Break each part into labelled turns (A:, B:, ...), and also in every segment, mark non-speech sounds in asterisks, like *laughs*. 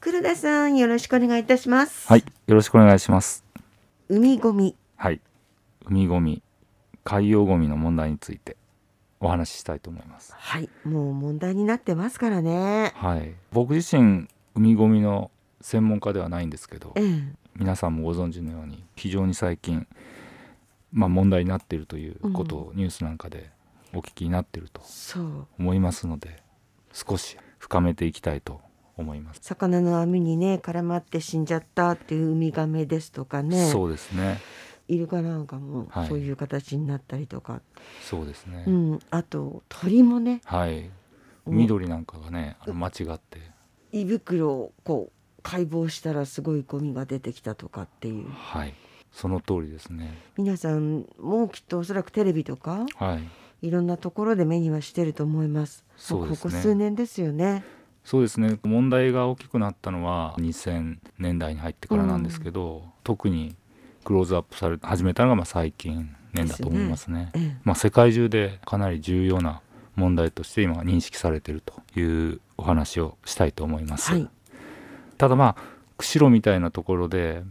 A: 黒田さんよろしくお願いいたします
B: はい、よろしくお願いします。
A: 海ごみ
B: はい、海ごみ、海洋ごみの問題についてお話ししたいと思います。
A: はいもう問題になってますからね
B: はい、僕自身海ごみの専門家ではないんですけど、
A: ええ
B: 皆さんもご存知のように非常に最近まあ問題になっているということをニュースなんかでお聞きになっていると
A: そう
B: 思いますので、少し深めていきたいと思います。
A: 魚の網にね絡まって死んじゃったっていうウミガメですとかね
B: そうですね、
A: イルカなんかも
B: はい
A: そういう形になったりとか、
B: そうですね。
A: うんあと鳥もね
B: はい、
A: うん
B: 緑なんかがね、あの間違って。
A: 胃袋をこう解剖したらすごいゴミが出てきたとかっていう
B: はい、その通りですね。
A: 皆さんもうきっとおそらくテレビとか
B: はい、
A: いろんなところで目にはしてると思います。も
B: そうですね
A: ここ数年ですよね。
B: そうですね。問題が大きくなったのは2000年代に入ってからなんですけど、特にクローズアップされ始めたのがまあ最近年だと思いますね。
A: ええ
B: まあ世界中でかなり重要な問題として今認識されているというお話をしたいと思います。
A: はい。
B: ただまあ釧路みたいなところで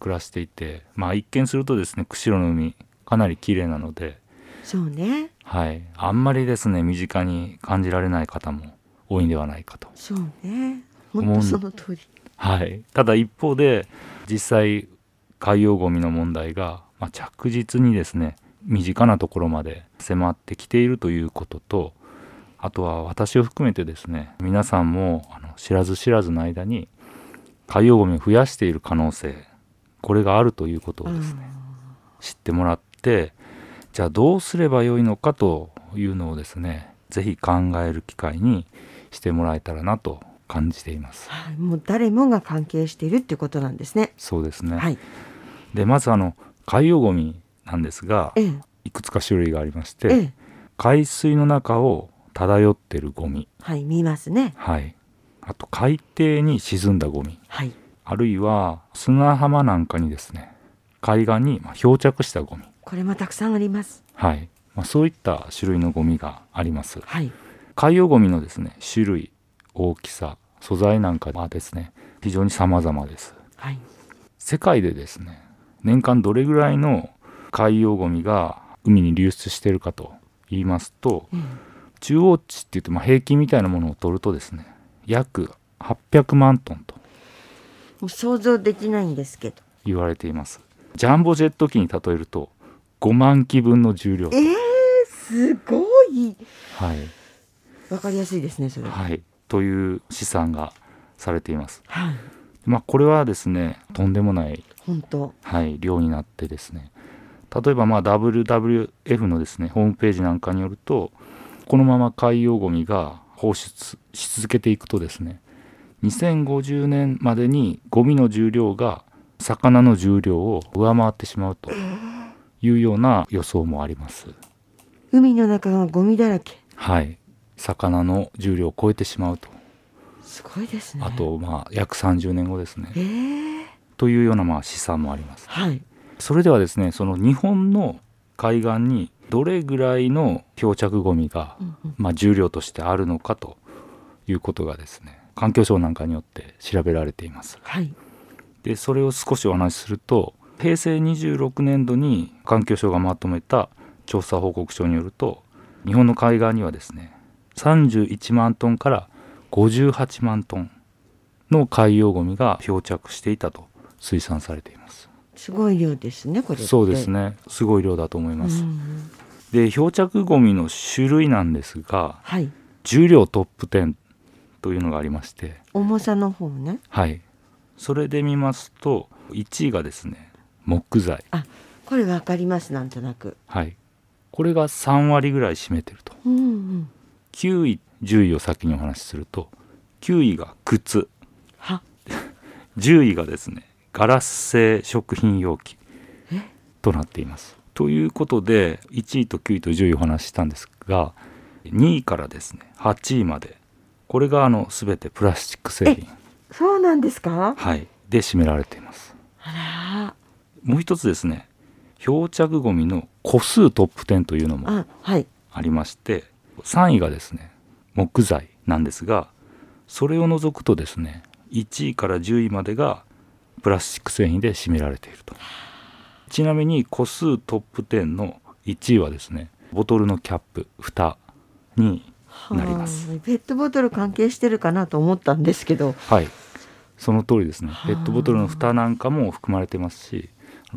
B: 暮らしていて、まあ一見するとですね釧路の海かなり綺麗なので。
A: そうね。
B: はい、あんまりですね身近に感じられない方も多いんではないかと、
A: そうね。
B: 思う
A: 本当その通り。
B: はい、ただ一方で実際海洋ゴミの問題が、まあ、着実にですね身近なところまで迫ってきているということとあとは私を含めてですね皆さんもあの知らず知らずの間に海洋ゴミを増やしている可能性これがあるということをですね知ってもらってじゃあどうすればよいのかというのをですねぜひ考える機会にしてもらえたらなと感じています
A: はい。もう誰もが関係しているっていうことなんですね。
B: そうですね、
A: はい。
B: でまずあの海洋ゴミなんですが
A: ええ。
B: いくつか種類がありまし
A: え
B: て
A: え。
B: 海水の中を漂ってるゴミ
A: はい。見ますね。
B: はいあと海底に沈んだゴミ
A: はい。
B: あるいは砂浜なんかにですね海岸にまあ漂着したゴミ
A: これもたくさんあります。
B: はい、まあ、そういった種類のゴミがあります
A: はい。
B: 海洋ゴミのですね種類大きさ素材なんかはですね非常に様々です
A: はい。
B: 世界でですね年間どれぐらいの海洋ゴミが海に流出しているかと言いますと
A: ええ
B: 中央値って言ってまあ平均みたいなものを取るとですね約800万トンと
A: もう想像できないんですけど。
B: 言われていますジャンボジェット機に例えると5万機分の重量
A: ええすごい。
B: はい、
A: わかりやすいですね。それは。
B: はい、という試算がされています
A: はい。
B: まあこれはですねとんでもない
A: 本当。
B: はい、量になってですね例えばまあ WWF のですねホームページなんかによるとこのまま海洋ゴミが放出し続けていくとですね2050年までにゴミの重量が魚の重量を上回ってしまうというような予想もあります。
A: 海の中がゴミだらけ。
B: はい、魚の重量を超えてしまうと
A: すごいですね。
B: あ。とまあ約30年後ですね
A: ええ
B: というようなまあ試算もあります。
A: はい。
B: それではですねその日本の海岸にどれぐらいの漂着ゴミが、
A: うんうん
B: まあ、重量としてあるのかということがですね環境省なんかによって調べられています
A: はい。
B: でそれを少しお話しすると平成26年度に環境省がまとめた調査報告書によると日本の海岸にはですね31万トンから58万トンの海洋ゴミが漂着していたと推算されています
A: すごい量ですね。これって。
B: そうですねすごい量だと思いうます、
A: ん。
B: で漂着ゴミの種類なんですが
A: はい。
B: 重量トップ10というのがありまして
A: 重さの方ね。
B: はいそれで見ますと1位がですね木材
A: これわかります。なんとなく。
B: はいこれが3割ぐらい占めてると
A: うんうん。
B: 9位10位を先にお話しすると9位が靴
A: は。
B: 10位がですねガラス製食品容器
A: え
B: となっていますということで1位と9位と10位をお話ししたんですが2位からですね8位までこれがあの全てプラスチック製品
A: そうなんですか。
B: はいで占められています
A: あ
B: もう一つですね漂着ゴミの個数トップ10というの
A: ら。
B: も
A: あ、はい。
B: ありまして3位がですね木材なんですがそれを除くとですね1位から10位までがプラスチック製品で占められているとちなみに個数トップ10の1位はですねボトルのキャップ蓋になります
A: はいペットボトル関係してるかなと思ったんですけど
B: はいその通りですね
A: はあ
B: ペットボトルの蓋なんかも含まれてますし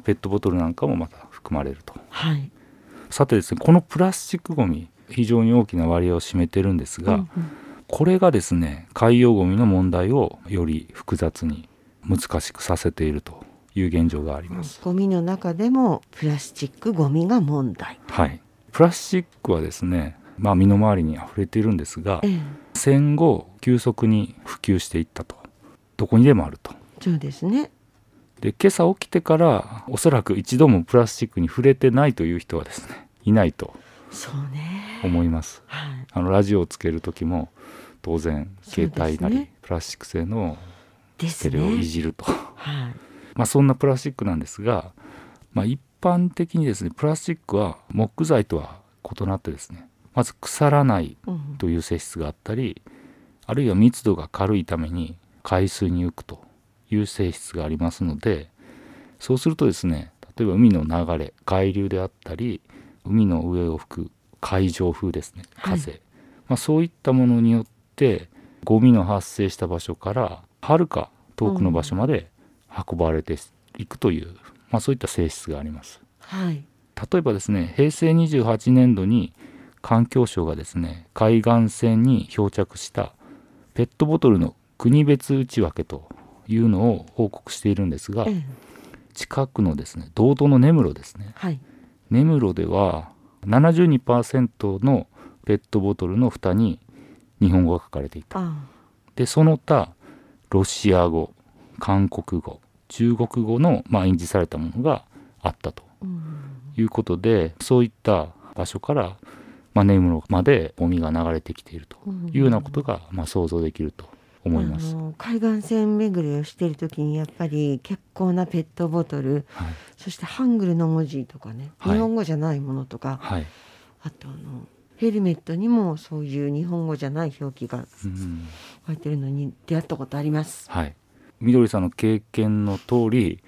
B: ペットボトルなんかもまた含まれると
A: はい、
B: さてですねこのプラスチックごみ非常に大きな割合を占めてるんですが、
A: うんうん
B: これがですね海洋ゴミの問題をより複雑に難しくさせているという現状があります、
A: ゴミの中でもプラスチックゴミが問題
B: はいプラスチックはですねまあ身の回りに溢れているんですが
A: ええ
B: 戦後急速に普及していったとどこにでもあると
A: そうですね
B: で今朝起きてからおそらく一度もプラスチックに触れてないという人はですね *laughs* いないと
A: そうね
B: 思います
A: はい
B: あのラジオをつける時も当然携帯なり、
A: そうですね
B: プラスチック製の
A: で
B: ステ
A: す
B: レオをい
A: ね
B: じると、
A: はい
B: まあ、そんなプラスチックなんですが、まあ、一般的にですねプラスチックは木材とは異なってですねまず腐らない
A: うん
B: という性質があったりあるいは密度が軽いために海水に浮くという性質がありますのでそうするとですね例えば海の流れ海流であったり海の上を吹く海上風ですね
A: はい
B: 風、まあ、そういったものによってゴミの発生した場所からはるか遠くの場所まで運ばれていくという、まあ、そういった性質があります。
A: はい
B: 例えばですね平成28年度に環境省がですね海岸線に漂着したペットボトルの国別内訳というのを報告しているんですが
A: ええ
B: 近くのですね道東の根室ですね
A: はい
B: 根室では72%のペットボトルの蓋に日本語が書かれていた
A: あ
B: でその他ロシア語韓国語中国語の、まあ、印字されたものがあったと
A: あうん
B: ということでそういった場所から、まあ、根室までゴミが流れてきていると
A: うん
B: いうようなことが、まあ、想像できると思います
A: あ。の海岸線巡りをしている時にやっぱり結構なペットボトル
B: はい
A: そしてハングルの文字とかね、
B: はい
A: 日本語じゃないものとか
B: はい
A: あとあのヘルメットにもそういう日本語じゃない表記が
B: うん
A: 書いてるのに出会ったことあります。
B: はい、みどりさんの経験の通り、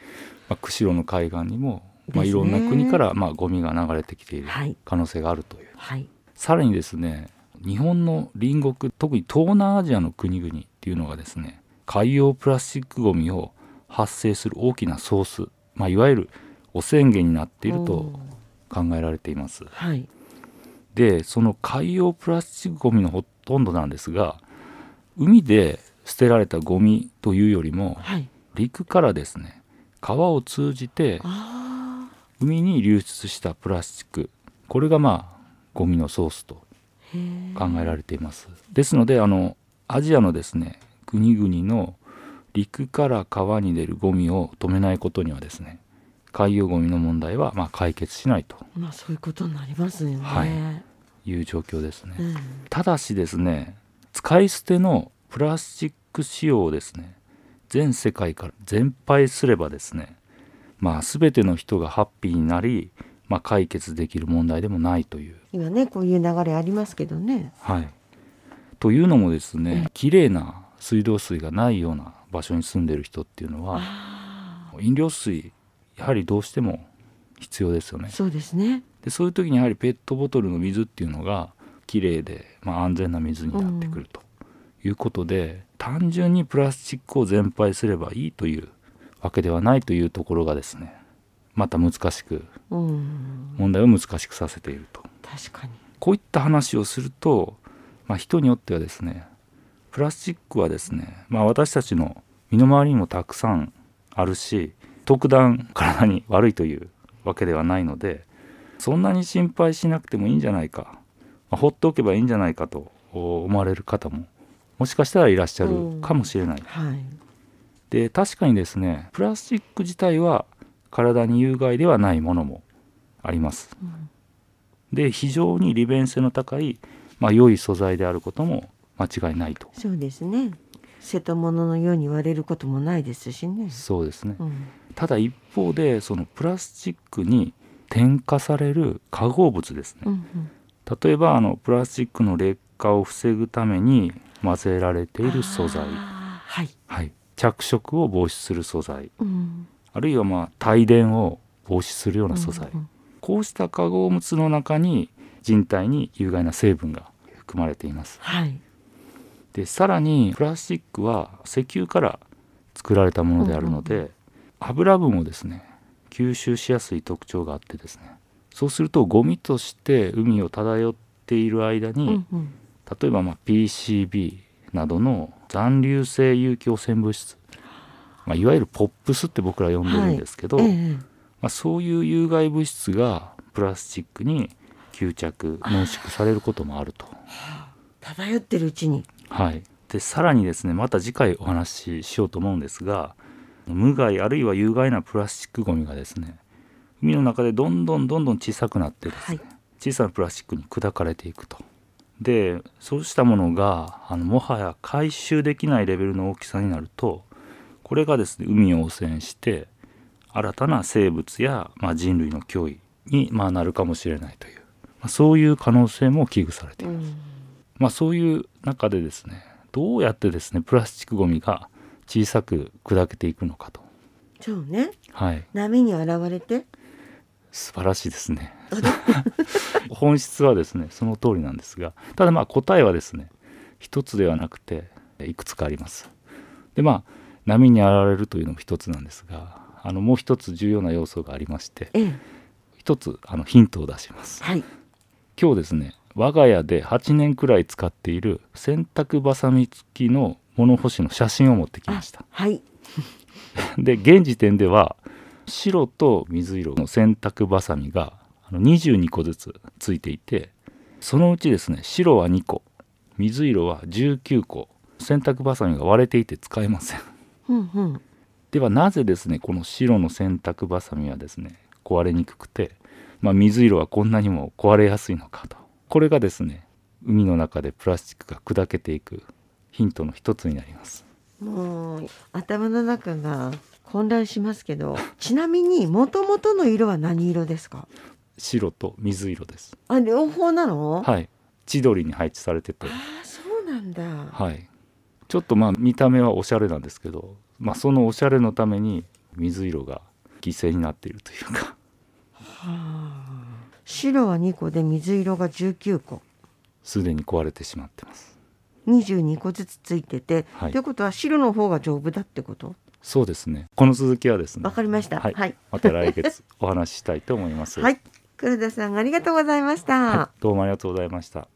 B: まあ、釧路の海岸にも、まあ、
A: で
B: い
A: すね
B: ろんな国から、まあ、ゴミが流れてきている
A: はい
B: 可能性があるという
A: はい
B: さらにですね日本の隣国特に東南アジアの国々っていうのがですね海洋プラスチックごみを発生する大きなソース、まあ、いわゆる汚染源になっていると
A: おー
B: 考えられています
A: はい
B: でその海洋プラスチックごみのほとんどなんですが海で捨てられたゴミというよりも
A: はい
B: 陸からですね川を通じて
A: あ
B: 海に流出したプラスチックこれがまあゴミのソースと
A: ーへー
B: 考えられていますですのであのアジアのですね国々の陸から川に出るゴミを止めないことにはですね海洋ゴミの問題はまあ解決しないと
A: まあそういうことになりますよね。
B: はいいう状況ですね
A: うん
B: ただしですね使い捨てのプラスチック使用をですね全世界から全廃すればですねまあ全ての人がハッピーになり、まあ、解決できる問題でもないという
A: 今ねこういう流れありますけどね。
B: はい、というのもです
A: う
B: ね綺麗な水道水がないような場所に住んでる人っていうのは
A: あ
B: 飲料水やはりどうしても必要ですよね
A: ーそうですね。
B: でそういう時にやはりペットボトルの水っていうのが綺麗で、まあ、安全な水になってくるということで、単純にプラスチックを全廃すればいいというわけではないというところがですねまた難しく
A: うん
B: 問題を難しくさせていると
A: 確かに。
B: こういった話をすると、まあ、人によってはですねプラスチックはですね、まあ、私たちの身の回りにもたくさんあるし特段体に悪いというわけではないのでそんなに心配しなくてもいいんじゃないか、まあ、放っておけばいいんじゃないかとお思われる方ももしかしたらいらっしゃるかもしれない。
A: はい。
B: で確かにですねプラスチック自体は体に有害ではないものもあります。
A: うん
B: で非常に利便性の高い、まあ、良い素材であることも間違いないと
A: そうですね。瀬戸物のように割れることもないですしね。
B: そうですね
A: うん、
B: ただ一方でそのプラスチックに添加される化合物です
A: うんう
B: ね
A: ん、
B: 例えばあのプラスチックの劣化を防ぐために混ぜられている素材
A: あーはい、
B: はい、着色を防止する素材
A: うん、
B: あるいはまあ帯電を防止するような素材、
A: うん
B: こうした化合物の中に人体に有害な成分が含まれています
A: はい
B: でさらにプラスチックは石油から作られたものであるので、油分をですね吸収しやすい特徴があってですねそうするとゴミとして海を漂っている間に、
A: うんうん
B: 例えばまあ PCB などの残留性有機汚染物質、まあ、いわゆるポップスって僕ら呼んでるんですけど、
A: ええ
B: まあ、そういう有害物質がプラスチックに吸着濃縮されることもあると。
A: 漂ってるうちに
B: はい、でさらにですねまた次回お話ししようと思うんですが無害あるいは有害なプラスチックごみがですね海の中でどんどんどんどん小さくなってですね、
A: は
B: 小さなプラスチックに砕かれていくと。でそうしたものがあのもはや回収できないレベルの大きさになるとこれがですね海を汚染して新たな生物や、まあ、人類の脅威に、まあ、なるかもしれないという、まあ、そういう可能性も危惧されています。まあ、そういう中でですねどうやってですねプラスチックごみが小さく砕けていくのかと、
A: そうね
B: はい、
A: 波に現れて
B: 素晴らしいですね本質はですねその通りなんですがただまあ答えはですね一つではなくていくつかありますでまあ波にあられるというのも一つなんですがあのもう一つ重要な要素がありまして
A: ええ
B: 一つあのヒントを出します
A: はい
B: 今日ですね我が家で8年くらい使っている洗濯バサミ付きの物干しの写真を持ってきました
A: はい
B: で現時点では白と水色の洗濯バサミがあの22個ずつついていてそのうちですね白は2個水色は19個洗濯バサミが割れていて使えません
A: うんうん
B: ではなぜですねこの白の洗濯バサミはですね壊れにくくて、まあ、水色はこんなにも壊れやすいのかとこれがですね海の中でプラスチックが砕けていくヒントの一つになります
A: もう頭の中が混乱しますけ
B: *laughs*
A: どちなみに元々の色は何色ですか
B: 白と水色です
A: あ両方なの、
B: はい千鳥に配置されてて
A: ああそうなんだ、
B: はいちょっとまあ見た目はおしゃれなんですけど、まあ、そのおしゃれのために水色が犠牲になっているというか
A: はあ白は2個で水色が19個
B: すでに壊れてしまってます
A: 22個ずつついてて、
B: はい
A: ということは白の方が丈夫だってこと
B: そうですねこの続きはですね
A: わかりました
B: はい
A: はい、
B: また来月お話ししたいと思います。
A: はい、黒田さんありがとうございました、
B: はい、どうもありがとうございました。